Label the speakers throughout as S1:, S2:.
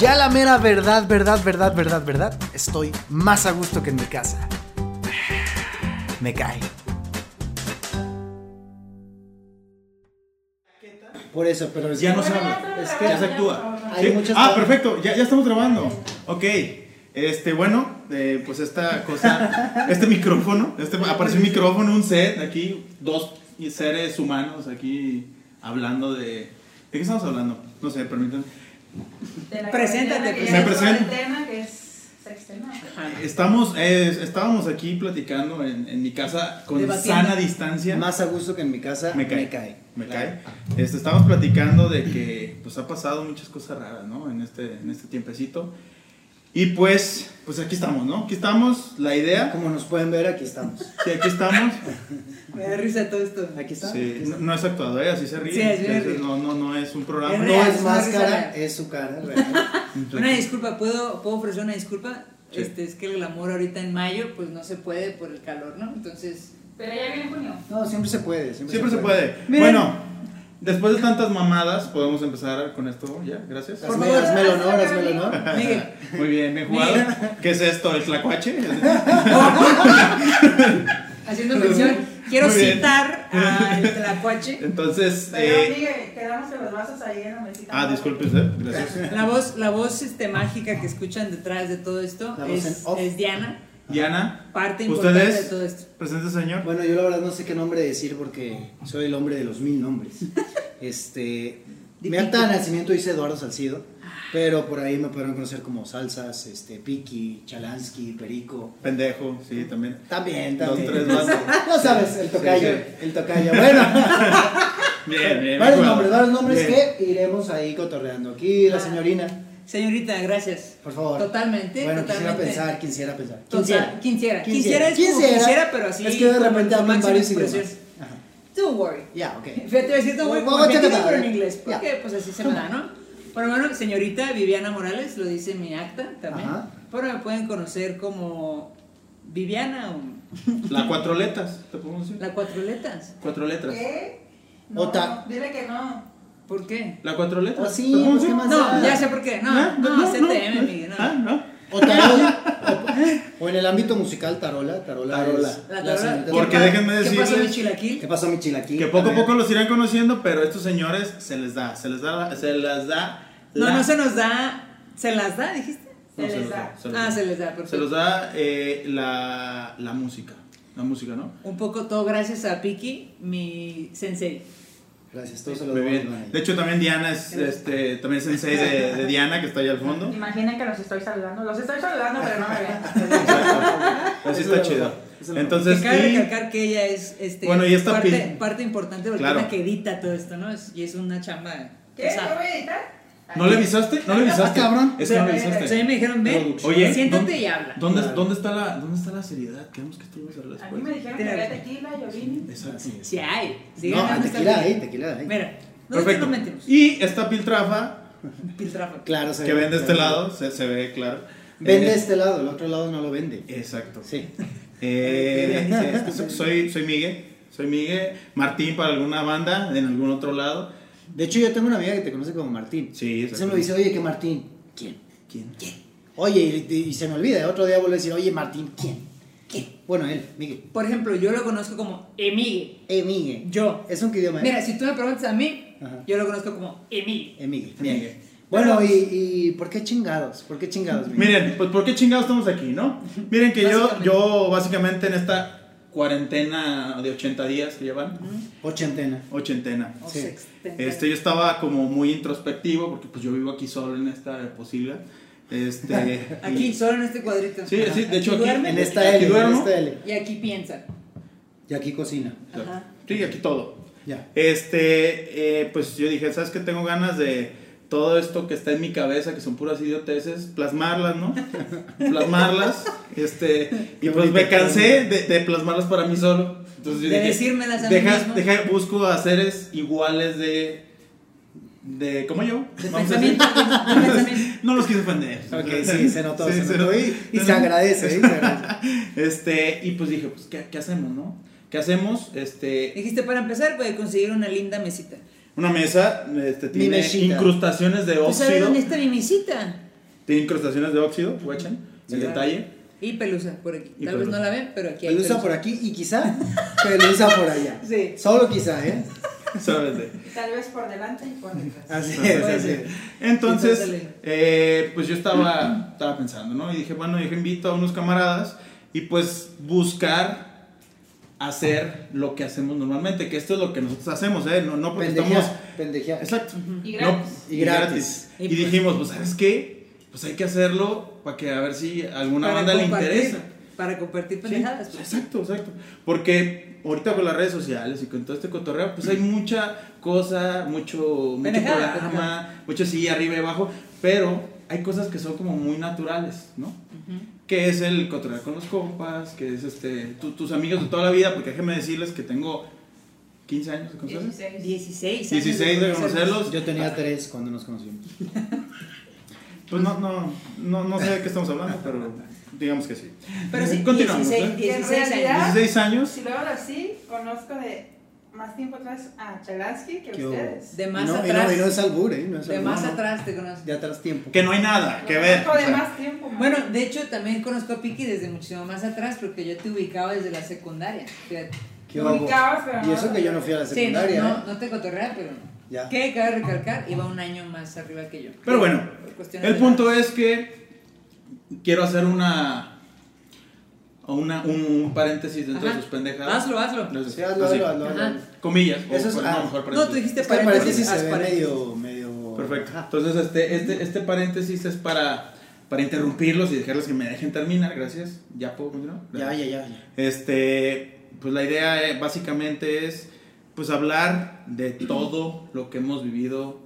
S1: Ya la mera verdad, verdad, verdad, verdad, verdad. Estoy más a gusto que en mi casa. Me cae.
S2: Por eso, pero es-
S3: Pues Ya no se habla,
S2: Es que-
S3: ya se actúa.
S2: Hay
S3: Sí.
S2: muchas-
S3: Ah, perfecto, ya, ya estamos grabando. Ok, este, bueno, eh, pues esta cosa, este micrófono, este, apareció un micrófono, un set, aquí dos seres humanos aquí hablando de... ¿De qué estamos hablando? No sé, permítanme.
S4: De la
S5: Preséntate,
S4: cuarentena, que
S3: me
S4: ya es
S3: presento.
S4: cuarentena, que es sextena.
S3: Estamos, eh, estábamos aquí platicando en, en mi casa con
S5: Debatiendo.
S3: sana distancia.
S2: más a gusto que en mi casa.
S3: me cae.
S2: Me cae.
S3: Me
S2: Claro.
S3: cae. Este, estábamos platicando de que pues ha pasado muchas cosas raras, ¿no? En este, en este tiempecito. Y pues, pues aquí estamos, ¿no? Aquí estamos, la idea.
S2: Como nos pueden ver, aquí estamos.
S3: Sí, aquí estamos.
S5: Me da risa todo esto.
S2: Aquí estamos.
S3: Sí, no, no es actuador, así se ríe.
S5: Sí, así me
S3: Entonces,
S5: río.
S3: no, no, no es un
S5: Es
S3: programa.
S2: No
S5: real,
S2: es
S5: es una
S2: máscara,
S5: risa real.
S2: es su cara. real.
S5: Una disculpa, ¿puedo, ¿puedo ofrecer una disculpa?
S3: Sí.
S5: Este, es que el glamour ahorita en mayo, pues no se puede por el calor, ¿no? Entonces,
S4: Pero ya viene junio.
S3: Eh,
S2: No, siempre se puede. Siempre,
S3: Siempre se puede.
S5: Miren.
S3: Bueno, después de tantas mamadas, podemos empezar con esto ya. Gracias.
S2: Por
S5: Por
S2: favor,
S5: favor,
S2: hazme el honor,
S4: hazme
S2: hazme el honor.
S5: Miguel,
S3: Muy bien, bien jugado. ¿Qué es esto? ¿El tlacuache?
S5: haciendo mención, quiero
S3: Muy bien.
S5: citar al Tlacuache.
S3: Entonces,
S4: Pero
S3: eh,
S4: Miguel, quedamos en los vasos ahí en la mesita.
S3: ah, disculpe usted, gracias.
S5: La voz, la voz este, mágica que escuchan detrás de todo esto
S2: La voz en
S5: es,
S2: off.
S5: es Diana,
S3: Diana,
S5: parte importante
S3: ¿ustedes?
S5: de todo esto.
S3: Presente, señor.
S2: Bueno, yo la verdad no sé qué nombre decir porque soy el hombre de los mil nombres. Este, mi acta de nacimiento dice Eduardo Salcido, pero por ahí me podrán conocer como Salsas, este, Piki, Chalansky, Perico.
S3: Pendejo, sí, también.
S2: También,
S3: Dos,
S2: también.
S3: tres más.
S2: No sabes, el tocayo,
S3: Sí,
S2: el tocayo. Bueno,
S3: Bien, bien.
S2: varios
S3: bueno.
S2: nombres, varios nombres
S3: Bien.
S2: que iremos ahí cotorreando. Aquí la señorina,
S5: Señorita, gracias.
S2: por favor.
S5: Ah. Totalmente,
S2: Bueno, quisiera
S5: totalmente.
S2: pensar, quisiera pensar.
S5: Total, quisiera. Quisiera, es como
S2: Quisiera.
S5: quisiera, pero así.
S2: Es que de
S5: con
S2: repente
S5: su
S2: hablan
S5: máxima
S2: varios
S5: expresión.
S2: idiomas. Ajá.
S5: Don't worry.
S2: Ya, ok.
S5: Fíjate, voy a decir todo
S2: Well,
S5: güey, como
S2: well,
S5: argentino,
S2: check it out.
S5: pero en inglés,
S2: Yeah.
S5: porque pues así se me da, ¿no? Bueno, bueno, señorita Viviana Morales, lo dice en mi acta también,
S2: Ajá.
S5: pero me pueden conocer como Viviana o
S3: La cuatro letras, ¿te podemos decir?
S5: la cuatro letras.
S3: Cuatro letras.
S4: ¿Qué?
S2: Ota.
S4: Dile que no.
S5: ¿Por qué?
S3: La cuatro letras.
S2: Oh, sí,
S3: ¿te podemos
S2: pues, ¿qué
S3: decir?
S2: más
S5: No,
S2: da?
S5: ya sé por qué, no,
S3: ¿Ah?
S5: no, E CTM, Miguel, no.
S3: Ah, no.
S2: O tarola. o, o en el ámbito musical, tarola. Tarola.
S3: Tarola.
S2: es la
S5: La tabla-
S2: señorita-
S5: ¿qué
S3: Porque
S5: pa-
S3: déjenme
S5: ¿Qué pasó mi
S3: decirles
S2: ¿Qué
S5: chilaquil?
S2: pasó, mi chilaquil?
S3: Que poco a
S2: También.
S3: poco los irán conociendo, pero estos señores se les da, se les da, se las da.
S5: No,
S3: la-
S5: no se nos da, ¿se las da, dijiste?
S4: Se
S3: no,
S4: les
S3: los
S4: da.
S3: se los
S5: Ah,
S3: da.
S5: se les da, perfecto.
S3: Se los da eh, la, la música. La música, ¿no?
S5: Un poco todo gracias a Piki, mi sensei.
S2: Gracias, todos se los
S3: Muy
S2: vamos a
S3: bien.
S2: dar.
S3: De hecho, también Diana es, este, también sensei de, de Diana, que está ahí al fondo.
S4: Imaginen que los estoy saludando. Los estoy saludando, pero no me ven.
S3: Exacto. Así
S2: Eso es
S3: está
S2: lo
S3: chido.
S2: mejor, eso es lo mejor.
S3: Entonces,
S5: que cabe
S3: y-
S5: recalcar que ella es este,
S3: Bueno, y esta
S5: parte,
S3: pi-
S5: parte importante porque
S3: Claro.
S5: es la que edita todo esto, ¿no? Es- y es una chamba.
S4: ¿Qué? ¿Yo voy
S5: pesada.
S4: a editar?
S3: ¿No le avisaste? ¿No le avisaste?
S2: Ah, cabrón.
S3: Es que no le
S5: O sea, a mí
S3: avisaste.
S5: me dijeron, ven,
S3: Oye,
S5: siéntate
S3: ¿dónde-
S5: y habla.
S3: ¿Dónde,
S2: Claro.
S3: dónde, está la, ¿Dónde está la seriedad? Queremos que estuvimos a hablar
S4: A mí me
S3: después.
S4: dijeron que había tequila, yo vine.
S3: Exacto.
S2: Así es.
S5: Si hay. Sí,
S2: No,
S5: ¿dónde está el
S2: tequila
S5: video?
S2: ahí, tequila ahí.
S5: Mira, ¿dónde
S3: Perfecto.
S5: nos metemos?
S3: Y esta piltrafa
S5: Piltrafa.
S2: Claro, se
S3: que
S2: ve.
S3: ven de este lado, se, se ve claro.
S2: Vende
S3: Eh,
S2: este lado, el otro lado no lo vende.
S3: Exacto.
S2: Sí.
S3: Eh,
S2: "Este
S3: so- soy, soy Miguel. Soy Miguel. Martín para alguna banda en algún otro lado.
S2: De hecho, yo tengo una amiga que te conoce como Martín.
S3: Sí,
S2: Se me dice, oye, ¿qué Martín? ¿Quién?
S3: ¿Quién?
S2: Oye, y, y- y se me olvida. Otro día vuelvo a decir, oye, Martín, ¿quién? ¿Quién? Bueno, él, Miguel.
S5: Por ejemplo, yo lo conozco como Emigue.
S2: Eh, Miguel.
S5: Yo.
S2: ¿Es un que idioma? ¿eh? es?
S5: Mira, si tú me preguntas a mí,
S2: Ajá.
S5: yo lo conozco como Emigue.
S2: Eh, Miguel.
S3: Miguel.
S2: Bien. Bueno, y, y ¿por qué chingados? ¿Por qué chingados, Miguel?
S3: Miren, pues ¿por qué chingados estamos aquí, no? Miren que yo,
S5: Básicamente.
S3: yo básicamente en esta cuarentena de 80 días que llevan,
S2: Ochentena.
S3: ochentena.
S5: O
S2: Sí.
S5: sextenta.
S3: Este, yo estaba como muy introspectivo porque pues yo vivo aquí solo en esta posibilidad. Este,
S5: Aquí,
S3: y-
S5: solo en este cuadrito.
S3: Sí, sí, de hecho
S5: Aquí
S3: aquí
S5: duerme.
S2: En
S3: aquí
S2: esta L, en
S3: duermo.
S2: esta L.
S5: Y aquí piensa.
S2: Y aquí cocina.
S5: Ajá.
S3: Sí, aquí todo.
S2: Ya.
S3: Este, eh, pues yo dije, ¿sabes qué? Tengo ganas de todo esto que está en mi cabeza, que son puras idioteces, plasmarlas, ¿no? plasmarlas. Este, y
S2: Qué
S3: pues me
S2: bonito.
S3: cansé de, de plasmarlas para mí solo. Entonces yo
S5: De
S3: dije,
S5: decírmelas a mí
S3: deja,
S5: mismo".
S3: deja, busco a seres iguales de. de como yo.
S5: De
S3: vamos a
S5: pensamiento.
S3: decir.
S5: de pensamiento.
S3: No los quise ofender.
S2: Ok, sí, se notó,
S3: Sí,
S2: se
S3: se
S2: notó.
S3: notó.
S2: Y, y se agradece, ¿eh? se agradece.
S3: Este, y pues dije, pues, ¿qué, qué hacemos, no? ¿Qué hacemos? Este,
S5: Dijiste, para empezar, voy a conseguir una linda mesita.
S3: Una mesa este, tiene
S2: mesita.
S3: incrustaciones de
S2: Pues,
S5: ¿Tú sabes
S3: óxido.
S5: dónde está mi mesita?
S3: Tiene incrustaciones de óxido, guachen,
S5: Sí,
S3: el
S5: claro.
S3: detalle.
S5: Y pelusa por aquí.
S3: Y
S5: Tal vez
S3: pelusa.
S5: no la ven, pero aquí hay
S2: Pelusa por aquí y quizá pelusa por allá.
S5: Sí.
S2: Solo quizá, ¿eh?
S3: ¿Sabes de?
S4: Tal vez por delante y por detrás.
S2: Así
S3: Entonces,
S2: es, así es.
S3: Entonces,
S5: Entonces,
S3: eh, pues yo estaba, estaba pensando, ¿no? Y dije, bueno, dije, invito a unos camaradas y pues buscar hacer lo que hacemos normalmente, que esto es lo que nosotros hacemos, ¿eh? No, no porque estamos...
S2: Pendejea, pendejea.
S3: Exacto.
S4: Y
S3: No,
S4: gratis.
S2: Y gratis.
S3: Y dijimos, pues, ¿sabes qué? Pues hay que hacerlo para que a ver si a alguna banda le
S5: compartir-
S3: interesa.
S5: Para compartir
S3: Sí,
S5: pendejadas. pues.
S3: exacto, exacto. Porque ahorita con las redes sociales y con todo este cotorreo, pues hay mucha cosa, mucho, mucho
S5: Pendejada,
S3: programa, mucho sí, arriba y abajo, pero hay cosas que son como muy naturales, ¿no?
S5: Ujú.
S3: Que es el cotorreo con los compas, que es este, tu- tus amigos de toda la vida, porque déjenme decirles que tengo 15 años de conocerlos.
S4: 16.
S5: 16 años
S3: 16 de
S5: conocerlos.
S3: conocerlos.
S2: Yo tenía tres cuando nos conocimos.
S3: Pues no, no, no, no sé de qué estamos hablando, pero digamos que sí.
S5: Pero sí,
S3: Continuamos,
S5: 16,
S3: ¿eh?
S5: 16
S4: En
S5: años.
S4: realidad-
S3: 16 años.
S4: pues, Si lo hablo así, conozco de más tiempo atrás a Chalansky que
S2: ¿Qué hubo?
S4: ustedes.
S5: De más
S2: Y no, y no-
S5: atrás.
S2: Y no, es albur, ¿eh? No es
S5: De
S2: albur,
S5: más
S2: no.
S5: atrás te conozco.
S2: De atrás tiempo.
S3: Que no hay nada que ver.
S4: Conozco
S3: o
S4: de
S3: sea,
S4: más tiempo. man.
S5: Bueno, de hecho también conozco a Piki desde muchísimo más atrás porque yo te ubicaba desde la secundaria. Fíjate.
S2: Qué
S4: Me
S2: bobo.
S4: ubicabas, pero
S2: Y
S4: no-
S2: eso que yo no fui a la
S5: Sí, no,
S2: secundaria.
S5: no,
S2: ¿eh?
S5: no te cotorrea, pero
S2: Ya.
S5: que cabe recalcar, iba un año más arriba que yo.
S3: Pero bueno,
S5: Por cuestiones
S3: el
S5: de
S3: punto
S5: edad.
S3: es que quiero hacer una, una un, un paréntesis dentro
S5: Ajá. Ah,
S3: de sus pendejadas.
S5: Hazlo, hazlo.
S3: No sé,
S2: Sí, hazlo,
S3: así.
S2: hazlo, hazlo, hazlo.
S5: Ajá.
S3: Comillas. o
S2: Eso es-
S3: por-
S2: ah.
S3: no, mejor
S5: No, tú
S3: paréntesis.
S5: dijiste
S2: Es que el
S5: paréntesis,
S2: paréntesis
S5: haz
S2: se ve
S5: paréntesis.
S2: medio, medio...
S3: Perfecto.
S2: Ajá.
S3: Entonces este, este, este paréntesis es para, para interrumpirlos y dejarlos que me dejen terminar. Gracias. ¿Ya puedo continuar?
S2: Ya, ya, ya. ya.
S3: Este, pues la idea eh, básicamente es pues hablar de todo lo que hemos vivido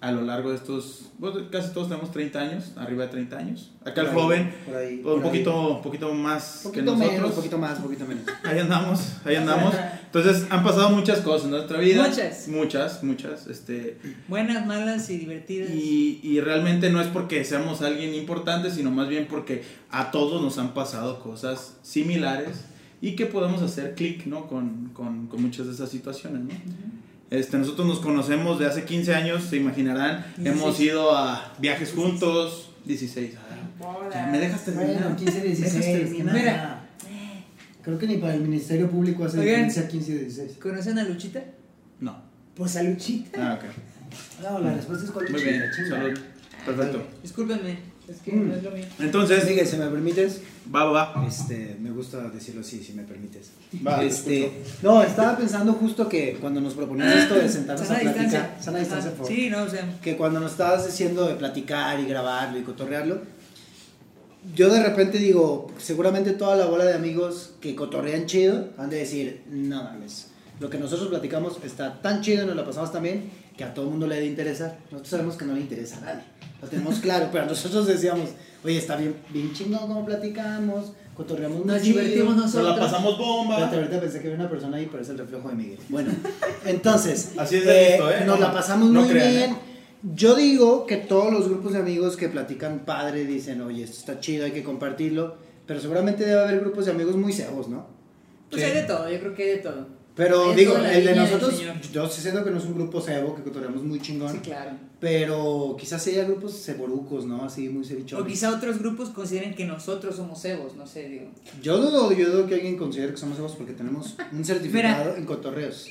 S3: a lo largo de estos, pues, casi todos tenemos 30 años, arriba de 30 años. Acá
S2: Por
S3: el
S2: ahí,
S3: joven,
S2: por ahí,
S3: un
S2: por
S3: poquito, un poquito más
S2: Un
S3: que
S2: poquito
S3: nosotros.
S2: menos, un poquito más, un poquito menos.
S3: Ahí andamos, ahí andamos. Entonces han pasado muchas cosas en nuestra vida.
S5: Muchas.
S3: Muchas, muchas. Este,
S5: Buenas, malas y divertidas.
S3: y, y realmente no es porque seamos alguien importante, sino más bien porque a todos nos han pasado cosas similares y que podemos hacer clic, ¿no? Con, con- con muchas de esas situaciones, ¿no? Este, nosotros nos conocemos de hace 15 años, se imaginarán, hemos
S5: 16.
S3: ido a viajes juntos, 16. ah,
S4: Bodas.
S3: ¿Me dejas terminar?
S2: Bueno, 15,
S3: ¿Me dejas
S2: 16.
S3: terminar?
S5: Mira.
S2: Creo que ni para el Ministerio Público hace
S5: Oigan.
S2: diferencia 15 y 16.
S5: ¿Conocen a Luchita?
S3: No.
S2: Pues a Luchita.
S3: Ah, ok.
S2: No, la respuesta es con
S3: Muy
S2: Luchita.
S3: bien,
S2: chinga.
S3: salud. Perfecto.
S5: Discúlpenme, es que
S2: Mm.
S5: no es lo mío.
S3: Entonces,
S2: Sigue, si me permites.
S3: va, va, va.
S2: Este, me gusta decirlo así, si me permites.
S3: Va, te
S2: este,
S3: escucho.
S2: no, estaba pensando justo que cuando nos proponías esto de sentarnos a
S5: Sana
S2: platicar,
S5: distancia.
S2: sana distancia,
S5: Ajá.
S2: por favor.
S5: Sí, no, o sea,
S2: que cuando nos estabas diciendo de platicar y grabarlo y cotorrearlo, yo de repente digo, seguramente toda la bola de amigos que cotorrean chido han de decir, no mames, lo que nosotros platicamos está tan chido, nos la pasamos tan bien, que a todo el mundo le debe interesar. Nosotros sabemos que no le interesa a nadie, lo tenemos claro, pero nosotros decíamos, oye, está bien, bien chingón como platicamos, cotorreamos muy
S5: nos
S2: chido".
S5: divertimos
S3: Nos
S5: nosotros.
S3: la pasamos bomba.
S2: Espérate, ahorita pensé que había una persona ahí, pero es el reflejo de Miguel. Bueno, entonces,
S3: Así es de listo, ¿eh?
S2: nos
S3: No,
S2: la pasamos
S3: no
S2: muy
S3: crean,
S2: bien.
S3: ¿eh?
S2: Yo digo que todos los grupos de amigos que platican padre dicen, oye, esto está chido, hay que compartirlo. Pero seguramente debe haber grupos de amigos muy cebos, ¿no?
S5: Pues hay de todo, yo creo que hay de todo.
S2: Pero
S5: Hay
S2: digo,
S5: toda la
S2: el de
S5: viña del
S2: nosotros,
S5: Señor.
S2: yo sí siento que no es un grupo cebo, que cotorreamos muy chingón.
S5: Sí, claro.
S2: Pero quizás sí haya grupos ceborucos, ¿no? Así, muy cebichones.
S5: O quizá otros grupos consideren que nosotros somos cebos, no sé, digo.
S2: Yo dudo, yo dudo que alguien considere que somos cebos porque tenemos un certificado en cotorreos.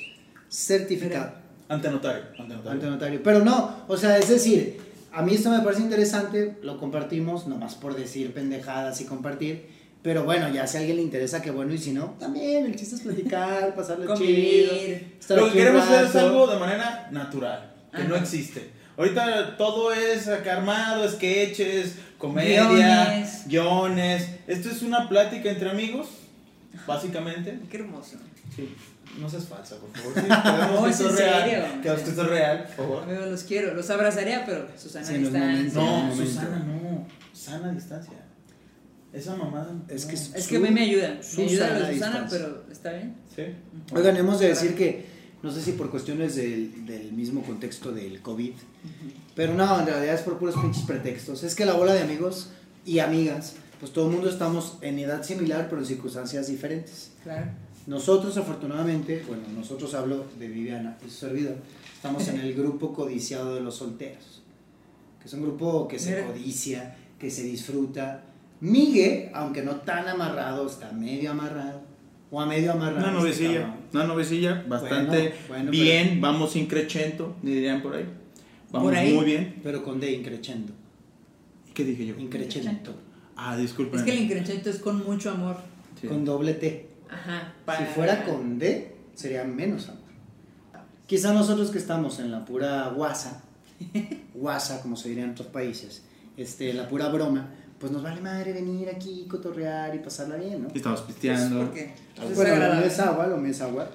S2: Certificado.
S3: Ante notario, ante notario.
S2: ante notario. Pero no, o sea, es decir, a mí esto me parece interesante, lo compartimos, nomás por decir pendejadas y compartir. Pero bueno, ya si a alguien le interesa, qué bueno, y si no, también, el chiste es platicar, pasarlo
S5: Convivir.
S2: chido. estar
S3: Lo
S2: aquí
S3: que
S2: un
S3: queremos hacer es
S2: rato.
S3: algo de manera natural, que
S5: Ajá.
S3: no existe. Ahorita todo es acá armado, sketches, comedia, guiones.
S5: Guiones.
S3: Esto es una plática entre amigos, básicamente.
S5: Qué hermoso.
S3: Sí. No seas falsa, por favor. Sí, queremos
S5: No,
S3: que
S5: es
S3: esto
S5: en
S3: real.
S5: serio.
S3: Queremos que esto es real, por favor.
S5: Amigos, los quiero, los abrazaría, pero Susana
S2: Sí,
S5: a
S2: en los
S5: distancia.
S2: momentos.
S3: No,
S2: momento.
S3: Susana, no. Sana distancia. Esa mamada.
S2: Es
S3: no.
S2: que
S5: Es que a mí me ayuda. Me ayuda
S2: Susana
S5: lo
S2: a
S5: de Susana,
S2: distancia.
S5: pero está bien.
S3: Sí.
S2: Oigan, hemos de decir que, no sé si por cuestiones del, del mismo contexto del COVID, pero no, en realidad es por puros pinches pretextos. Es que la bola de amigos y amigas, pues todo el mundo estamos en edad similar, pero en circunstancias diferentes.
S5: Claro.
S2: Nosotros, afortunadamente, bueno, nosotros hablo de Viviana y su servidor, estamos en el grupo codiciado de los solteros. que es un grupo que se
S5: Mira.
S2: codicia, que se disfruta. Migue, aunque no tan amarrado, está medio amarrado. O a medio amarrado.
S3: Una
S2: este
S3: novecilla,
S2: cabrón.
S3: una novecilla, bastante
S2: bueno,
S3: bien, vamos increchento, dirían por ahí. Vamos
S5: Por ahí.
S3: muy bien.
S2: Pero con D, increchendo.
S3: ¿Qué dije yo?
S2: Increchendo.
S3: Ah, disculpen.
S5: Es que el increchento es con mucho amor.
S3: Sí.
S2: Con doble T.
S5: Ajá.
S2: Si
S5: para-
S2: fuera con D, sería menos amor. Quizá nosotros que estamos en la pura guasa, guasa como se diría en otros países, este, la pura broma, pues nos vale madre venir aquí, cotorrear y pasarla bien, ¿no?
S3: Y Estamos
S5: Pues,
S3: pisteando.
S5: ¿por qué? Pues es
S2: Bueno, lo mío
S5: agradable.
S2: es agua, lo mío es agua.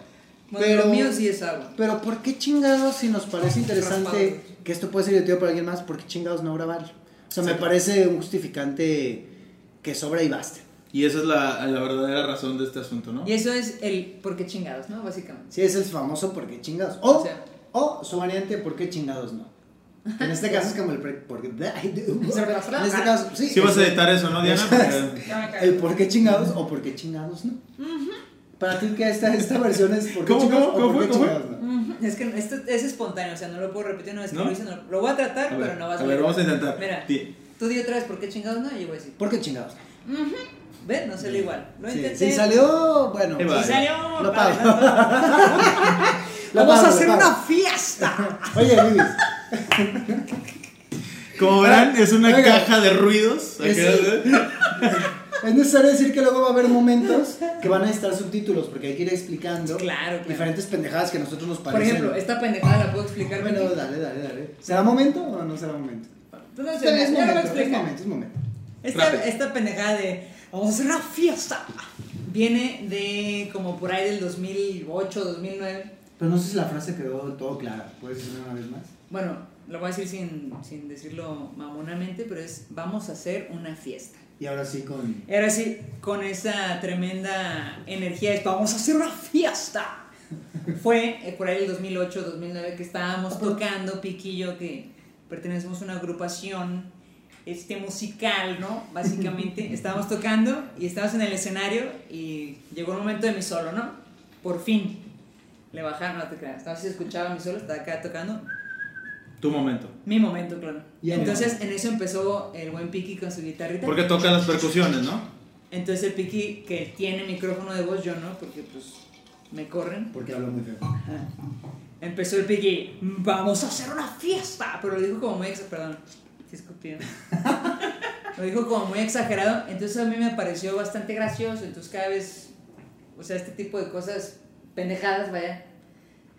S5: Bueno,
S2: pero-
S5: lo mío sí es agua.
S2: Pero ¿por qué chingados, si nos parece interesante
S5: Raspado.
S2: que esto puede ser divertido para alguien más, por qué chingados no grabarlo? O sea, me
S3: Exacto.
S2: parece un justificante que sobra y basta.
S3: Y esa es la, la verdadera razón de este asunto, ¿no?
S5: Y eso es el por qué chingados, ¿no? Básicamente.
S2: Sí, es el famoso por qué chingados. O,
S5: O sea.
S2: o su variante por qué chingados no. Que En este caso es como el pre- por qué. En este caso, sí.
S3: Sí vas a editar eso, ¿no, Diana? Porque-
S4: Ya me caí.
S2: El por qué chingados o por qué chingados no. Para ti que esta, esta versión es por qué
S3: ¿Cómo,
S2: chingados
S3: cómo,
S2: o
S3: cómo
S2: por qué
S3: fue, cómo fue?
S2: chingados no.
S5: Ujú, Es que esto es espontáneo, o sea, no lo puedo repetir una vez que
S3: ¿No?
S5: lo hice. no lo, lo voy a tratar,
S3: A
S5: pero
S3: ver,
S5: no vas
S3: a ver, vamos a intentar.
S5: Mira,
S3: Di-
S5: tú di otra vez por qué chingados no y yo voy a decir.
S2: ¿Por qué chingados no?
S5: Ven, no salió igual. Lo
S2: Sí,
S5: intenté.
S2: Si salió, bueno. pues,
S3: Ahí va.
S5: Sí salió,
S2: Lo
S5: pa-
S2: pago. Lo
S5: Vamos
S2: pago,
S5: a
S2: lo
S5: hacer
S2: pago.
S5: una fiesta.
S2: Oye, Vivis.
S3: Como verán, es una
S2: Oiga.
S3: caja de ruidos.
S2: Es- Es necesario decir que luego va a haber momentos que van a estar subtítulos porque hay que ir explicando
S5: Claro, claro.
S2: diferentes pendejadas que a nosotros nos
S5: Por
S2: parecen.
S5: ejemplo, esta pendejada la puedo explicar.
S2: Bueno,
S5: Miki?
S2: dale, dale, dale. ¿Será momento o no será momento?
S5: Tú no sé,
S2: Está bien,
S5: ya lo voy a
S2: momento, es
S5: explicar.
S2: momento, es momento.
S5: Esta,
S3: Rápido.
S5: esta pendejada de vamos a hacer una fiesta viene de como por ahí del 2008, 2009.
S2: Pero no sé si la frase quedó del todo clara. ¿Puedes decirla una vez más?
S5: Bueno, lo voy a decir sin, sin decirlo mamonamente, pero es vamos a hacer una fiesta.
S2: Y ahora sí con.
S5: Y ahora sí, con esa tremenda energía, es, vamos a hacer una fiesta. Fue eh, por ahí el 2008, 2009 que estábamos tocando, Piquillo, que pertenecemos a una agrupación este, musical, ¿no? Básicamente, estábamos tocando y estábamos en el escenario y llegó el momento de mi solo, ¿no? Por fin. Le bajaron, no te creas. No sé si escuchaba mi solo, estaba acá tocando.
S3: Tu momento.
S5: Mi momento, claro.
S2: Ya,
S5: Entonces, en eso empezó el buen Piqui con su guitarrita.
S3: Porque toca las percusiones, ¿no?
S5: Entonces el Piqui que tiene micrófono de voz, yo no, porque pues me corren.
S2: Porque hablo muy feo.
S5: Empezó el Piqui, vamos a hacer una fiesta, pero lo dijo como muy exagerado, perdón, sí escupí, ¿no? lo dijo como muy exagerado, entonces a mí me pareció bastante gracioso, entonces cada vez, o sea, este tipo de cosas pendejadas, vaya,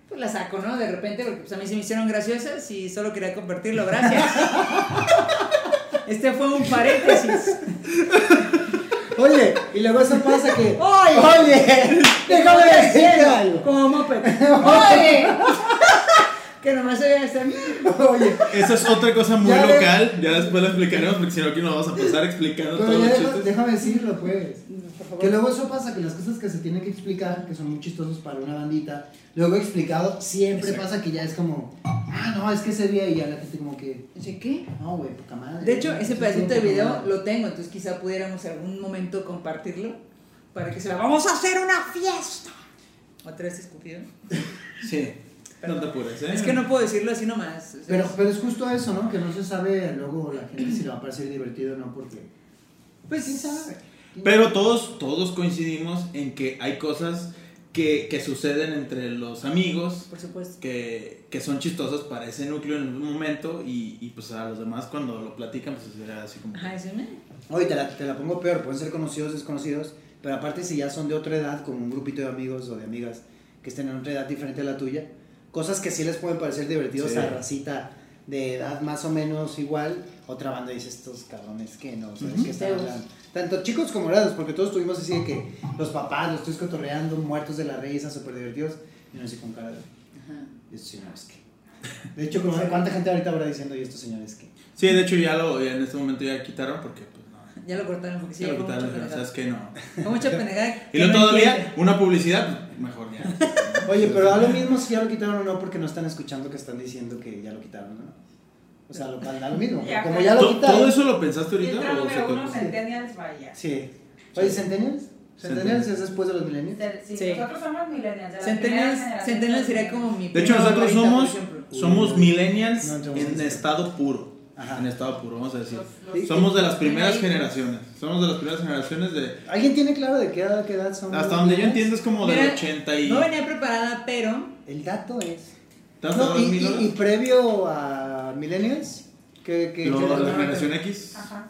S5: pues las saco, ¿no? De repente, porque pues a mí se me hicieron graciosas y solo quería compartirlo, gracias. Este fue un paréntesis.
S2: Oye, y luego eso pasa que.
S5: ¡Ay!
S2: ¡Oye! ¡Déjame decirte algo!
S5: Como moped. ¡Oye! que nomás se vea este.
S2: Oye,
S3: Esa es otra cosa muy
S2: Ya,
S3: local. Ya después la explicaremos porque si no aquí nos vamos a pasar explicando
S2: pero
S3: todos
S2: ya
S3: los
S2: deja-
S3: chistes.
S2: déjame decirlo, pues. Que luego eso pasa, que las cosas que se tienen que explicar, que son muy chistosos para una bandita, luego explicado, siempre pasa que ya es como, ah, no, es que ese día y ya la gente como que,
S5: ¿Qué?
S2: no, güey, poca madre.
S5: De hecho, ese
S2: Eso
S5: pedacito de
S2: estuvo poca
S5: video
S2: madre".
S5: lo tengo, entonces quizá pudiéramos algún momento compartirlo para que se vea. ¡Vamos a hacer una fiesta! Otra vez escupido.
S3: Sí. No te apures, ¿eh?
S5: Es que no puedo decirlo así nomás. o sea,
S2: Pero, pero es justo eso, ¿no? Que no se sabe luego la gente si le va a parecer divertido o no, porque...
S5: pues
S2: ¿Quién sabe?
S3: Pero todos, todos coincidimos en que hay cosas que, que suceden entre los amigos
S5: Por supuesto.
S3: que, que son chistosas para ese núcleo en un momento y, y, pues a los demás cuando lo platican pues será así como...
S5: Ajá, ese me.
S2: Oye, te la, te la pongo peor, pueden ser conocidos, desconocidos, pero aparte si ya son de otra edad, como un grupito de amigos o de amigas que estén en otra edad diferente a la tuya, cosas que sí les pueden parecer divertidos
S3: Sí.
S2: a racita de edad más o menos igual, otra banda dice estos cabrones que no, ¿sabes qué están
S5: Feos.
S2: hablando? Tanto chicos como grandes, porque todos tuvimos así de que los papás los estoy cotorreando, muertos de la risa, súper divertidos, y no sé con cara de,
S5: Ajá.
S2: estos señores que. De hecho, como, ¿cuánta gente ahorita habrá diciendo, y estos señores que?
S3: Sí, de hecho ya lo, ya en este momento ya quitaron porque pues no.
S5: Ya lo cortaron porque sí,
S3: ya lo
S5: fue mucha
S3: quitaron, o sea,
S5: pendejada.
S3: es que no.
S5: Fue mucha pendejada.
S3: Y
S5: que
S3: no todavía
S5: entiende.
S3: una publicidad, pues, mejor ya.
S2: Oye, pero da lo mismo si ya lo quitaron o no, porque no están escuchando que están diciendo que ya lo quitaron, ¿no? O sea, lo, da lo mismo.
S4: Ya,
S2: como
S4: pero-
S2: ya lo
S3: ¿Todo,
S2: quitaron.
S3: todo eso lo pensaste
S4: Y entra
S3: ahorita o
S4: número
S3: se
S4: uno,
S3: te-
S4: Centennials, vaya.
S2: Sí. Oye, ¿Centennials? ¿Centennials es después de los milenios?
S4: Cel- Sí,
S5: Sí.
S4: nosotros somos millennials. de la primera
S5: Centennials,
S4: generación.
S5: Centennials sería como mi.
S3: De hecho
S5: prima
S3: nosotros
S5: favorita, por
S3: somos
S5: ejemplo.
S3: somos millennials
S2: No, entonces,
S3: en
S2: sí.
S3: estado puro.
S2: Ajá.
S3: en estado puro, vamos a decir.
S4: Los-
S2: los-
S3: Somos de las primeras
S4: Ahí.
S3: generaciones. Somos de las primeras generaciones de.
S2: ¿Alguien tiene claro de qué edad, qué edad son?
S3: Hasta
S2: los
S3: donde yo
S2: niños?
S3: entiendo es como del
S5: Mira,
S3: 80 y.
S5: No venía preparada, pero
S2: El dato es.
S3: ¿Te has
S2: No,
S3: dado
S2: y,
S3: el
S2: y-
S3: mil
S2: y previo a Millennials, que, "Ah, que-
S3: Los-
S2: que-
S3: la generación X.
S4: Ajá.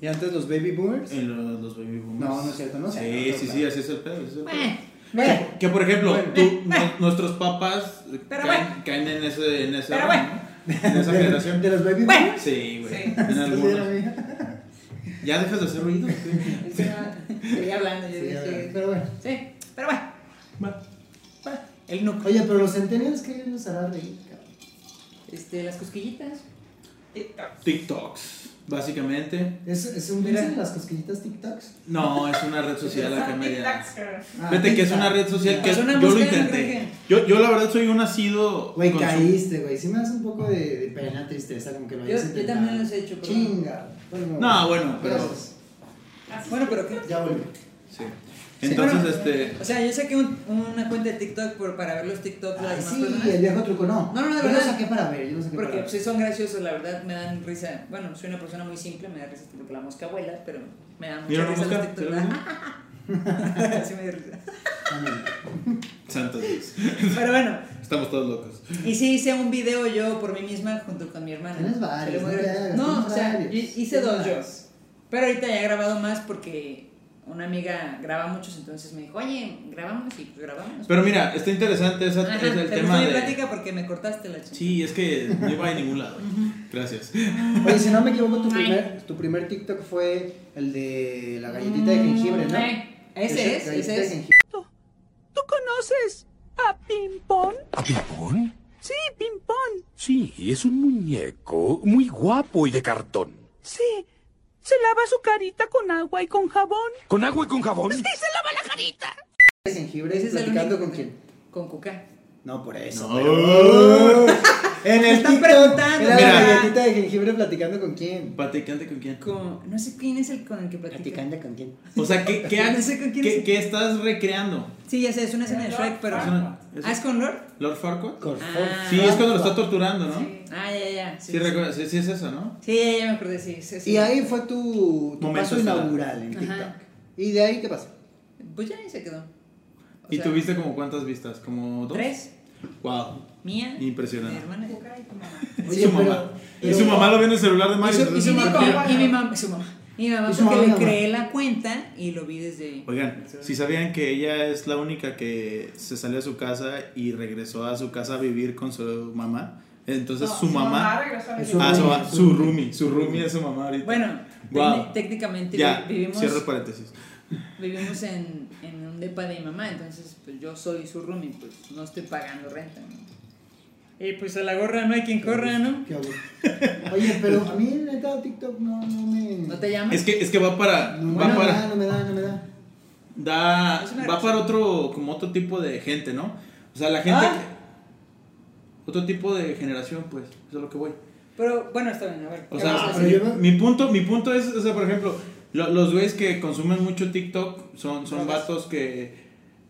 S2: y antes los Baby Boomers.
S3: En los, los baby boomers.
S2: pues, No, no es cierto, no sé.
S3: Sí,
S2: No,
S3: sí, sí,
S2: claro.
S3: así es el pedo. así es el pedo.
S5: bueno,
S2: Bueno,
S3: Que por ejemplo,
S2: Bueno.
S3: tú- nu- nuestros papás eh,
S5: Pero
S3: caen,
S5: bueno.
S3: caen en ese, en ese
S5: Pero
S3: ramo,
S5: bueno.
S3: ¿no? en esa
S2: de-
S3: generación.
S2: De los Baby
S5: Bueno.
S2: Boomers.
S3: Sí, güey.
S5: Sí.
S3: En
S2: Entonces,
S3: algunos.
S2: era mía.
S3: ¿Ya dejas de hacer ruido? Sí.
S5: él seguía, seguía hablando. Yo
S2: Sí,
S5: dije,
S2: ahora, pero bueno.
S5: sí, pero bueno,
S3: Va.
S5: el núcleo.
S2: Oye, pero los Centennials, ¿qué nos hará reír, cabrón?
S5: Este, las cosquillitas.
S4: TikTok.
S3: TikToks, básicamente.
S2: ¿Es, es un
S5: Mira.
S2: dicen las cosquillitas TikToks?
S3: No, es una red social acá
S4: Son
S3: media.
S4: TikToks, pero-
S2: Ah,
S3: Vete que es
S2: TikTok.
S3: una red social que
S5: Es una
S3: yo lo
S5: búsqueda,
S3: intenté.
S5: creo
S3: Yo, yo la verdad soy un nacido.
S2: Güey,
S3: consum-
S2: caíste, güey. Sí me das un poco de, de pena, tristeza, como que lo
S5: Yo-
S2: hayas
S5: yo
S2: intentado.
S5: también los he hecho, pero-
S2: Chinga. Bueno,
S3: No, bueno, pero-
S2: Gracias.
S4: Así
S5: Bueno, pero ¿qué?
S2: Ya volví.
S3: Sí. Entonces, este.
S5: O sea, yo saqué un- una cuenta de TikTok por, para ver los TikToks de
S2: Ay,
S5: las demás
S2: sí,
S5: personas.
S2: el viejo truco, no.
S5: No, no, de
S2: yo
S5: verdad.
S2: lo saqué para ver, yo lo saqué para
S5: Porque
S2: ver.
S5: pues, sí son graciosos, la verdad, me dan risa. Bueno, soy una persona muy simple, me da risa porque la mosca vuela, pero me dan mucha
S3: ¿Vieron la
S5: risa los
S3: mosca?
S5: TikToks.
S3: ¿Vieron
S5: sí me dio risa.
S3: Santo Dios.
S5: Pero bueno,
S3: Estamos todos locos.
S5: y sí hice un video yo por mí misma junto con mi hermana.
S2: Tienes varios, no
S5: Salió muy
S2: te
S5: gracioso.
S2: hagas,
S5: No,
S2: tienes
S5: o sea,
S2: varios.
S5: yo hice
S2: Tienes
S5: dos yo.
S2: varios.
S5: Pero ahorita ya he grabado más porque una amiga graba muchos, entonces me dijo, oye, grabamos y pues grabamos.
S3: Pero mira, está interesante esa,
S5: Ajá,
S3: es el
S5: te
S3: tema
S5: gustó
S3: de.
S5: mi plática porque me cortaste la chica.
S3: Sí, es que no iba a ningún lado. Gracias.
S2: Oye, si no me equivoco, tu
S5: Ay.
S2: primer, tu primer TikTok fue el de la galletita de jengibre, ¿no?
S5: Ay, Mm, Eh, Ese es,
S2: galletita
S5: ese
S2: de
S5: es.
S2: jengibre.
S6: ¿Tú conoces a Pimpón?
S7: ¿A Pipón?
S6: Sí, Pimpón.
S7: Sí, es un muñeco muy guapo y de cartón.
S6: Sí. Se lava su carita con agua y con jabón.
S7: ¿Con agua y con jabón?
S2: de jengibre
S5: Ese es el
S2: platicando
S5: único.
S2: con quién?
S5: Con Cuca.
S2: No, por eso.
S3: No.
S2: pero- ¡Oh! En el
S5: Están
S2: TikTok
S5: preguntando,
S2: era
S3: mira.
S2: la galletita de jengibre platicando con quién.
S3: Platicante con quién.
S5: Con, no sé quién es el con el que platica. Ah.
S2: con quién.
S3: O sea, ¿qué, qué,
S5: No sé con quién
S3: qué-
S5: es.
S3: qué estás recreando?
S5: Sí, ya sé, es una escena de Shrek, pero.
S3: Es una- es-
S5: Ah, es con Lord.
S3: ¿Lord Farquaad?
S2: Con
S3: Sí, es cuando lo está torturando, ¿no? Sí,
S4: Sí.
S5: Ah, ya, ya. Sí, sí,
S3: recuerda- sí, sí es eso, ¿no?
S5: Sí, ya, ya me acordé, sí. sí, sí.
S2: Y ahí fue tu, tu
S3: Momento
S2: paso
S3: estelar.
S2: inaugural en TikTok.
S5: Ajá.
S2: ¿Y de ahí qué pasó?
S5: Pues ya ahí se quedó. O
S3: ¿Y
S5: sea,
S3: tuviste como cuántas vistas? ¿Como dos?
S5: Tres.
S3: Wow.
S5: Mía.
S3: Impresionante.
S5: Mi hermana.
S4: Cuca y tu mamá.
S3: y su mamá. y su mamá lo ve en el celular de
S5: Y
S3: Mario.
S5: su, y su-
S4: mamá.
S5: y- y mi mamá. Su mamá. Mi mamá
S2: Y su
S5: porque
S2: mamá,
S5: le
S2: mamá.
S5: creé la cuenta y lo vi desde.
S3: Oigan, si sabían que ella es la única que se salió de su casa y regresó a su casa a vivir con su mamá, entonces
S4: No,
S3: su mamá...
S4: regresó a
S2: Es
S4: mi
S2: un-
S3: Ah,
S4: casa.
S2: roomie, su
S3: su, su
S2: roomie.
S3: roomie, su roomie es su mamá ahorita.
S5: Bueno,
S3: Wow.
S5: técnic- técnicamente
S3: ya,
S5: vi- vivimos.
S3: cierro paréntesis.
S5: Vivimos en, en un depa de mi mamá, entonces pues yo soy su roomie, pues no estoy pagando renta, ¿no? Y pues a la gorra no hay quien corra, ¿no?
S2: Qué aburrido. Oye, pero a mí neta TikTok no, no me...
S5: ¿No te llamas?
S3: Es que, es que va para...
S2: No,
S3: va
S2: no me
S3: para...
S2: da, no me da, no me da.
S3: da
S5: Es una
S3: va
S5: razón.
S3: para otro como otro tipo de gente no o sea la gente
S5: Ah.
S3: que- otro tipo de generación pues eso es a lo que voy
S5: Pero bueno, está bien, a ver.
S3: o
S5: ¿qué
S3: sea
S5: vas a
S2: pero
S5: decir?
S2: yo no-
S3: mi punto mi punto es o sea por ejemplo lo- los güeyes que consumen mucho TikTok son son
S5: Drogas.
S3: vatos que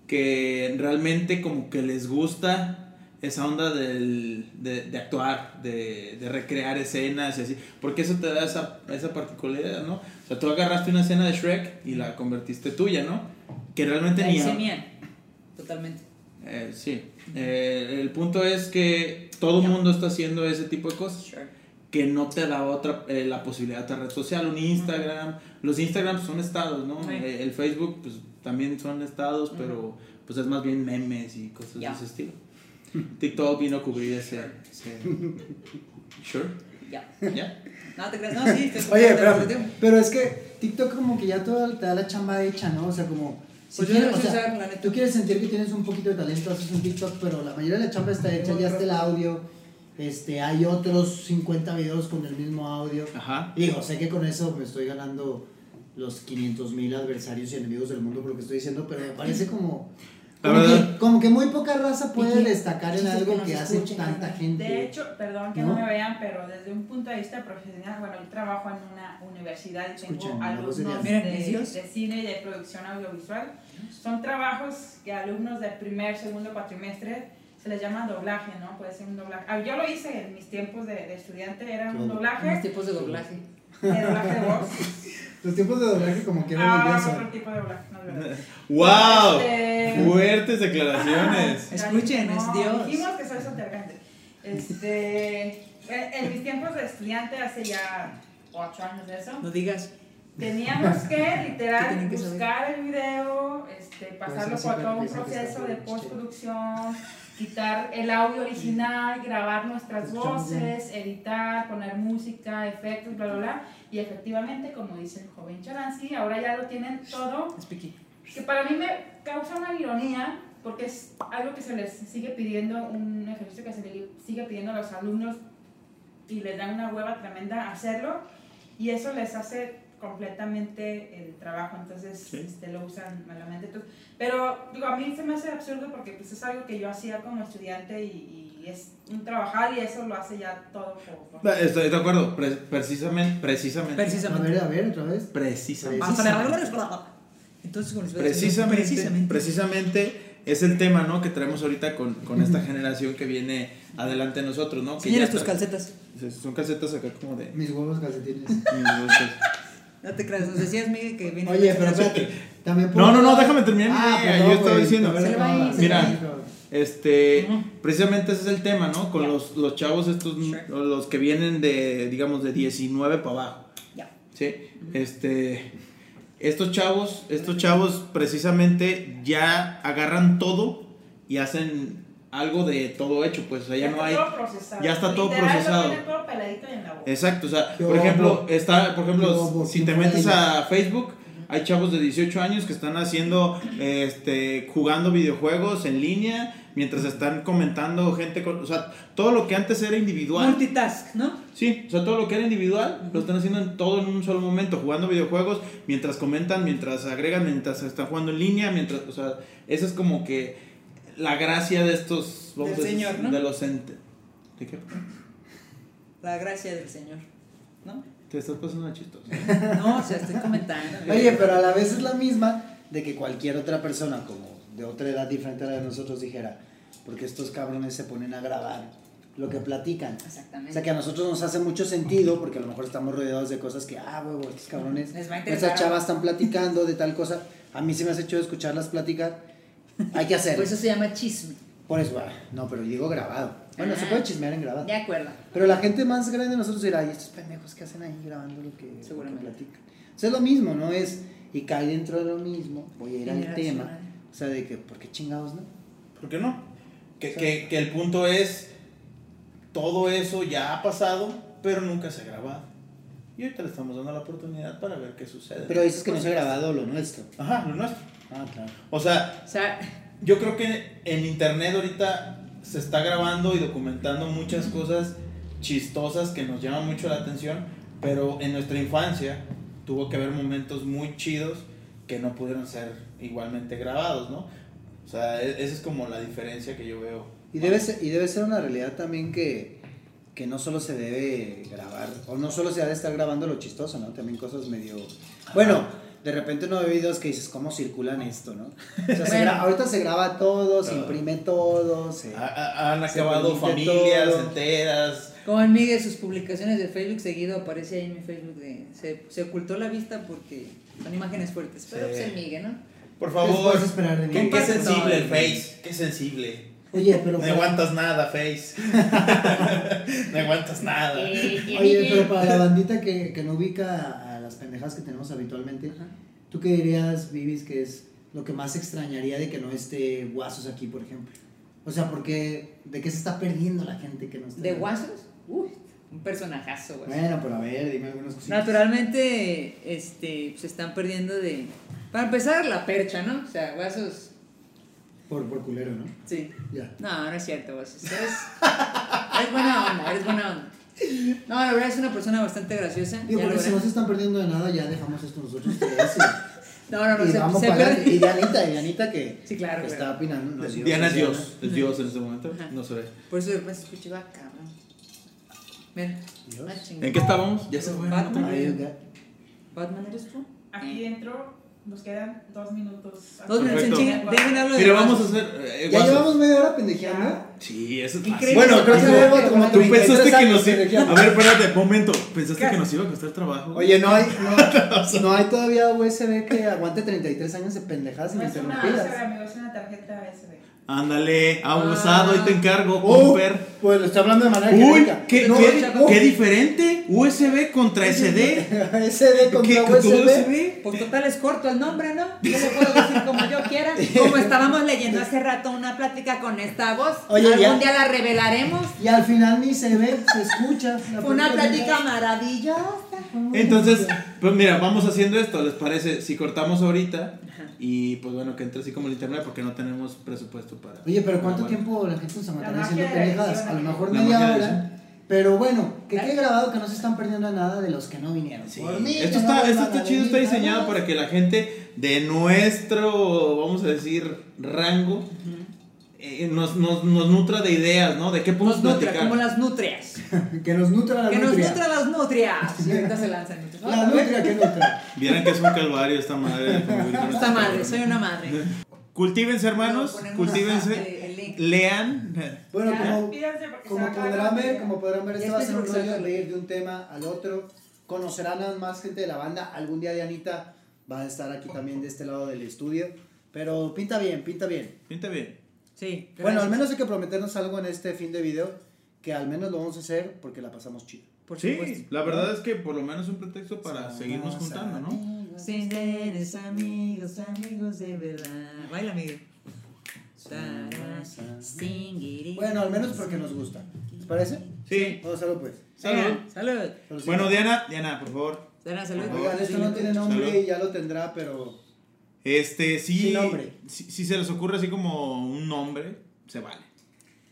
S3: que realmente como que les gusta esa onda del, de, de actuar, de, de recrear escenas y así, porque eso te da esa, esa particularidad, ¿no? O sea, tú agarraste una escena de Shrek y la convertiste tuya, ¿no? Que realmente
S5: La
S3: ni, a-
S5: hice mía, totalmente.
S3: eh, sí. Eh, el punto es que todo el mundo está haciendo ese tipo de cosas
S5: Sure.
S3: que no te da otra eh, la posibilidad de otra red social, un Instagram. Los Instagram pues, son estados, ¿no?
S5: Sí.
S3: Eh, el Facebook pues también son estados, pero pues es más bien memes y cosas
S5: Ya.
S3: de ese estilo. TikTok vino a cubrir ese. ese- Sure.
S5: Ya.
S3: ¿Ya?
S5: No te creas, no, sí, estoy
S2: Oye,
S5: totalmente
S2: pero,
S5: de acuerdo.
S2: pero es que TikTok como que ya toda- te da la chamba hecha, ¿no? O sea, como... si
S5: Pues yo
S2: quieres-
S5: no lo
S2: o
S5: sé
S2: sea,
S5: usar, la neta.
S2: tú quieres sentir que tienes un poquito de talento, haces un TikTok, pero la mayoría de la chamba está hecha, ya está el audio, este, hay otros 50 videos con el mismo audio.
S3: Ajá.
S2: Digo, sé que con eso me estoy ganando los 500 mil adversarios y enemigos del mundo por lo que estoy diciendo, pero me parece como...
S3: La
S2: como
S3: verdad.
S2: que, como que muy poca raza puede
S5: Y que-
S2: destacar en
S5: sí, sí, que
S2: algo
S5: nos
S2: que hace
S5: escuchen,
S2: tanta
S5: ¿no?
S2: gente.
S4: De hecho, perdón que no.
S2: ¿No?
S4: me vean, pero desde un punto de vista profesional, bueno, yo trabajo en una universidad y tengo
S2: Escuchen, la voz
S4: alumnos
S2: de
S4: de,
S2: Diana.
S5: Miren,
S4: de
S5: mis Dios.
S4: cine y de producción audiovisual. Son trabajos que alumnos de primer, segundo cuatrimestre se les llama doblaje, ¿no? Puede ser un doblaje. Ah, yo lo hice en mis tiempos de, de estudiante, era un
S2: Claro.
S5: Unos
S4: doblaje,
S5: tipos de doblaje.
S4: de doblaje de voz.
S2: Los tiempos de doblaje como quieren
S4: Ah,
S2: ya
S4: otro
S2: son.
S4: tipo de doblaje, no es verdad.
S3: ¡Wow!
S4: Este-
S3: Fuertes declaraciones.
S5: Escuchen, es
S4: No,
S5: Dios.
S4: Dijimos que soy sotergante. Este, en, en mis tiempos de estudiante, hace ya ocho años de eso,
S5: No digas.
S4: teníamos que
S5: ¿Qué
S4: literal
S5: tienen que saber?
S4: buscar el video, este, pasarlo
S2: eso
S4: por
S2: siempre
S4: todo un
S2: piensan que está
S4: proceso de
S2: bien, chido.
S4: postproducción, quitar el audio original, grabar nuestras
S2: Escuchamos bien.
S4: voces, editar, poner música, efectos, bla, bla, bla. Y efectivamente, como dice el joven Choransky, ahora ya lo tienen todo
S5: Es piqui.
S4: que para mí me causa una ironía porque es algo que se les sigue pidiendo, un ejercicio que se le sigue pidiendo a los alumnos y les da una hueva tremenda hacerlo y eso les hace completamente el trabajo, entonces
S3: Sí.
S4: este, lo usan malamente. Entonces, pero digo, a mí se me hace absurdo porque pues, es algo que yo hacía como estudiante y, y es un trabajar y eso lo hace ya todo. por- por-
S3: Estoy de acuerdo. pre- precisamente. Precisamente.
S2: A
S5: Precisamente.
S2: ver, a ver, otra vez.
S3: Precisamente.
S5: Entonces, con los
S3: Precisamente, precisamente. es el tema, ¿no? Que traemos ahorita con, con esta generación que viene adelante de nosotros, ¿no? Que
S5: Señores,
S3: ya
S5: tus
S3: tra-
S5: calcetas.
S3: Son calcetas acá como de.
S2: Mis huevos calcetines.
S5: No te creas, nos decías, Miguel, que viene.
S2: Oye, pero espérate. También Ah,
S3: No, no, no, déjame terminar mi idea, yo estaba
S2: pues güey,
S3: diciendo.
S2: a ver,
S5: Se le va
S2: acaba.
S5: a ir, se
S3: Mira.
S2: Sí, cabrón.
S3: Este,
S5: Ujú.
S3: precisamente ese es el tema, ¿no? Con
S5: Ya.
S3: los, los chavos estos,
S5: Sure.
S3: o los que vienen de, digamos, de 19 para abajo.
S5: Ya.
S3: Sí, este, estos chavos, estos chavos precisamente ya agarran todo y hacen algo de todo hecho, pues, o sea, ya no
S4: está
S3: hay...
S4: todo procesado.
S3: ya está todo
S4: Literal, lo
S3: procesado.
S4: tiene todo peladito y en la boca.
S3: Exacto, o sea,
S2: Qué
S3: por ejemplo,
S2: ojo.
S3: está, por
S2: Qué
S3: ejemplo,
S2: ojo,
S3: si
S2: qué
S3: te
S2: buena
S3: metes
S2: idea.
S3: a Facebook, hay chavos de 18 años que están haciendo, este, jugando videojuegos en línea, mientras están comentando gente, con- o sea, todo lo que antes era individual.
S5: Multitask, ¿no?
S3: Sí, o sea, todo lo que era individual lo están haciendo en todo en un solo momento, jugando videojuegos, mientras comentan, mientras agregan, mientras están jugando en línea, mientras, o sea, esa es como que la gracia de estos,
S5: Del
S3: a decir,
S5: señor, ¿no?
S3: de los ente- ¿De qué?
S5: La gracia del Señor. ¿No?
S3: Te estás pasando de chistoso.
S5: No, o sea, estoy comentando.
S2: Oye, pero a la vez es la misma de que cualquier otra persona, como de otra edad diferente a la de nosotros, dijera, porque estos cabrones se ponen a grabar lo que platican.
S5: Exactamente.
S2: O sea, que a nosotros nos hace mucho sentido, porque a lo mejor estamos rodeados de cosas que, ah, huevo, estos cabrones,
S5: Les va a interesar.
S2: esas chavas están platicando de tal cosa. A mí se me hace hecho escucharlas platicar. Hay que hacer.
S5: Por eso se llama chisme.
S2: Por eso, ah, no, pero digo grabado. Bueno, se
S5: Ah.
S2: puede chismear en grabado.
S5: De acuerdo.
S2: Pero la gente más grande de nosotros dirá, ¿y estos pendejos que hacen ahí grabando lo que, lo que
S5: Seguramente.
S2: platican? O sea, es lo mismo, ¿no? Es, y cae dentro de lo mismo, voy a ir al
S5: Generacional.
S2: tema. O sea, de que, ¿por qué chingados no?
S3: ¿Por qué no? Que, que- que el punto es, todo eso ya ha pasado, pero nunca se ha grabado. Y ahorita le estamos dando la oportunidad para ver qué sucede.
S2: Pero dices que no se ha grabado lo nuestro.
S3: Ajá, lo nuestro.
S2: Ah, claro.
S3: O sea,
S5: O sea,
S3: Yo creo que en internet ahorita se está grabando y documentando muchas cosas chistosas que nos llaman mucho la atención, pero en nuestra infancia tuvo que haber momentos muy chidos que no pudieron ser igualmente grabados, ¿no? O sea, e- esa es como la diferencia que yo veo.
S2: Y debe ser, y debe ser una realidad también que, que no solo se debe grabar, o no solo se ha de estar grabando lo chistoso, ¿no? También cosas medio... Bueno, de repente no veo videos que dices, ¿cómo circulan esto, no? O sea, se
S5: Bueno.
S2: gra- ahorita se graba todo, se
S3: Todo.
S2: imprime todo, se...
S3: Ha- ha- han
S2: Se
S3: acabado
S2: permite
S3: familias
S2: todo.
S3: enteras.
S5: como en Miguel, sus publicaciones de Facebook seguido aparece ahí en mi Facebook de. Se, se ocultó la vista porque son imágenes fuertes. Pero
S3: Sí.
S5: pues el Miguel, ¿no?
S3: Por
S2: ¿Qué
S3: favor,
S2: puedes esperar de mí?
S3: qué, qué
S5: Comparte todo.
S3: sensible el Face, qué sensible.
S2: Oye, pero...
S3: No
S2: para-
S3: aguantas nada, Face. No aguantas nada.
S2: Oye, pero para la bandita que, que no ubica a las pendejas que tenemos habitualmente,
S5: Ajá.
S2: ¿tú qué dirías, Vivis, que es lo que más extrañaría de que no esté Guasos aquí, por ejemplo? O sea, porque ¿de qué se está perdiendo la gente que no está?
S5: ¿De Guasos? Uy, un personajazo, güey.
S2: Bueno, pero a ver, dime algunas cositas.
S5: Naturalmente, este, se están perdiendo de. Para empezar, la percha, ¿no? O sea, Guasos.
S2: Por, por culero, ¿no?
S5: Sí.
S2: Ya.
S5: No, no es cierto, vos. Eres, eres buena onda, eres buena onda. No, la verdad es una persona bastante graciosa.
S2: Digo,
S5: ya lo
S2: porque si no
S5: verán.
S2: se están perdiendo de nada, ya dejamos esto nosotros tres y,
S5: No, no, no,
S2: y
S5: se,
S2: vamos
S5: se
S2: para adelante.
S5: perdió.
S2: Y Dianita, y Dianita que,
S5: Sí, claro,
S2: que
S5: claro.
S2: está opinando. no,
S3: Pues Diana es
S2: Diana.
S3: Dios, es Dios en este momento,
S5: Ajá.
S3: no se ve.
S5: Por eso pues, después escuché, va, cabrón. Mira,
S2: Dios.
S5: ah, chingada.
S3: ¿En qué estábamos? Ya se fue.
S5: Batman.
S2: Ay, ya.
S5: ¿Batman eres tú?
S4: Aquí dentro Nos quedan dos minutos.
S5: Dos minutos en
S3: Ah, Perfecto.
S5: chinga. Dejen hablar de
S3: Mira,
S5: más.
S3: vamos a hacer. eh,
S2: Ya
S3: guaso.
S2: llevamos media hora pendejeando.
S3: Sí, eso es
S5: ¿Qué
S3: fácil.
S5: crees?
S2: Bueno, creo que
S5: Digo,
S2: debo como
S3: Tú
S2: 33
S3: pensaste que
S2: años
S3: nos iba.
S2: pendejeando.
S3: A ver, espérate, momento. ¿Pensaste
S5: ¿Qué?
S3: que nos iba a costar trabajo?
S2: Oye, no hay, no, no hay todavía USB que aguante 33 años de pendejadas
S4: No es Pues, una USB,
S2: ininterrumpidas.
S4: amigo, es una tarjeta USB.
S3: Ándale, abusado, ahí te encargo,
S2: Oh,
S3: Cooper.
S2: pues lo estoy hablando de manera
S3: Uy,
S2: genérica.
S3: qué,
S5: No,
S3: qué-
S5: chaco.
S3: qué diferente. USB contra SD.
S2: SD
S3: ¿Qué,
S2: contra
S3: con todo
S2: USB.
S3: USB?
S5: Pues total es corto el nombre, ¿no? Yo lo puedo decir como yo quiera. Como estábamos leyendo hace rato una plática con esta voz.
S2: Oye, ya.
S5: Algún día la revelaremos.
S2: Y al final ni se ve, se escucha. La
S5: Fue una
S2: plática.
S5: plática maravillosa.
S3: Entonces, pues mira, vamos haciendo esto, ¿les parece? Si cortamos ahorita
S5: Ajá.
S3: y pues bueno, que entre así como el internet porque no tenemos presupuesto para.
S2: Oye, pero ¿cuánto
S3: para-
S2: tiempo la gente se mantiene
S4: La
S2: haciendo
S4: magia de la
S2: pendejadas?
S4: edición,
S2: A lo
S4: la
S2: mejor
S3: magia
S2: media
S3: de Ah, la
S2: hora.
S3: edición.
S2: Pero bueno, que quede grabado que no se están perdiendo nada de los que no vinieron.
S3: Sí.
S2: Por mí, que no
S3: Esto está, esto
S2: vuelvan
S3: está
S2: a
S3: chido, está
S2: venir,
S3: diseñado
S2: jamás.
S3: para que la gente de nuestro, vamos a decir, rango, eh, nos, nos, nos nutra de ideas, ¿no? De qué podemos
S5: Nos nutra,
S3: platicar.
S5: como las nutrias.
S2: Que nos nutra la
S5: Que nos
S2: nutria.
S5: nutra las nutrias. Y ahorita se lanzan nutrias.
S2: La nutria que nutra.
S3: Vieran que es un calvario esta madre.
S5: Esta madre, soy una madre.
S3: Cultívense, hermanos,
S5: Ponemos
S3: cultívense.
S5: hasta el link.
S3: Lean.
S2: Bueno,
S4: Ya,
S2: como,
S4: pídanse porque se va
S2: como
S4: a acabar
S2: podrán
S4: la
S2: ver,
S4: batería.
S2: como podrán ver,
S5: Ya
S2: este va a ser un rollo
S5: estoy cruzando.
S2: de ir de un tema al otro. Conocerán a más gente de la banda. Algún día Dianita va a estar aquí también de este lado del estudio. Pero pinta bien, pinta bien.
S3: Pinta bien.
S5: Sí.
S2: Bueno, al
S5: gracias.
S2: menos hay que prometernos algo en este fin de video. Que al menos lo vamos a hacer porque la pasamos chido.
S5: Por
S3: Sí,
S5: supuesto.
S3: la verdad es que por lo menos un pretexto para seguirnos juntando, ¿no?
S5: Sí, eres amigos, amigos de verdad. Baila, amigo. Tarara, singuiri.
S2: Bueno, al menos porque nos gusta. ¿Les parece?
S3: Sí.
S2: Vamos a hacerlo pues.
S3: Salud.
S5: Venga, Salud.
S2: Pero sí.
S3: Bueno, Diana, Diana, por favor.
S5: Sara, salud.
S2: Oigan, esto no tiene
S3: Salud.
S2: nombre y ya lo tendrá, pero.
S3: Este, sí.
S2: Sin nombre.
S3: Si, si se les ocurre así como un nombre, se vale.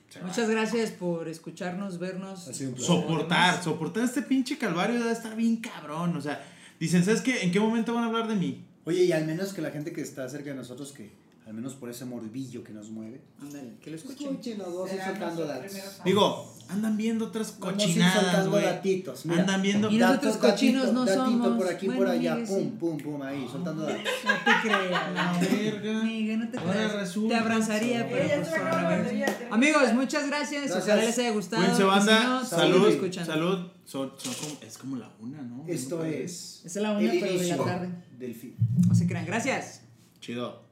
S3: Se vale.
S5: Muchas gracias por escucharnos, vernos.
S2: Ha sido un placer.
S3: Soportar, soportar este pinche calvario debe estar bien cabrón. O sea, dicen, ¿sabes qué? ¿En qué momento van a hablar de mí?
S2: Oye, y al menos que la gente que está cerca de nosotros, que al menos por ese morbillo que nos mueve.
S5: Ándale, que lo escuchen.
S2: Escuchen los dos
S4: Serán
S2: soltando
S4: nuestros
S2: datos.
S4: primeros
S3: Digo, andan viendo otras
S2: Ah. Vamos a ir
S3: cochinadas,
S2: soltando
S3: güey.
S2: datitos. mira.
S3: Andan viendo.
S5: Y nosotros
S2: Dato,
S5: cochinos
S2: datito,
S5: no
S2: datito
S5: somos.
S2: por aquí, por
S5: Bueno,
S2: allá.
S5: mire, sí. Ah.
S2: Pum, pum, pum, ahí, soltando datos.
S5: No te creas.
S3: La verga.
S5: Amiga, no te
S3: Ahora
S5: creas.
S3: resulta.
S5: Te abrazaría, pero
S4: Ella
S5: pues,
S4: se acabó
S5: ahora
S4: la
S5: ves.
S4: batería, te-
S5: Amigos, muchas gracias.
S2: Gracias.
S5: Ojalá les haya gustado.
S3: Cuídense,
S5: Y si
S3: banda.
S5: no,
S3: salud.
S5: síguenos
S3: Salud.
S5: escuchando.
S3: Son, son como, es como la una, ¿no?
S2: Esto es.
S5: Es la una,
S2: El
S5: pero de la
S2: inicio
S5: tarde.
S2: del fin.
S5: No se crean. Gracias.
S3: Chido.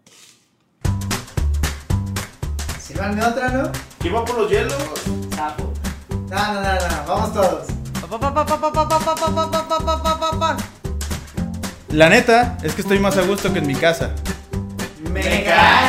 S2: Se van de otra, ¿no?
S3: ¿Quién va por los hielos?
S2: No, no, no, no. Vamos todos.
S3: La neta es que estoy más a gusto que en mi casa.
S2: Me cae.